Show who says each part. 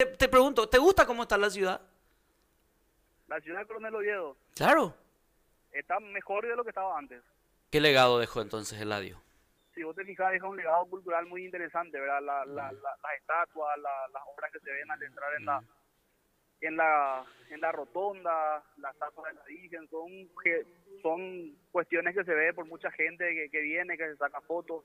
Speaker 1: Te, te pregunto, ¿te gusta cómo está la ciudad?
Speaker 2: La ciudad de Coronel Oviedo
Speaker 1: Claro.
Speaker 2: está mejor de lo que estaba antes.
Speaker 1: ¿Qué legado dejó entonces Eladio?
Speaker 2: Si vos te fijas, deja un legado cultural muy interesante, ¿verdad? La- la- la- las estatuas, la- las obras que se ven al entrar en la en la en la rotonda, las estatuas de la Virgen, son que- son cuestiones que se ve por mucha gente que, que viene, que se saca fotos.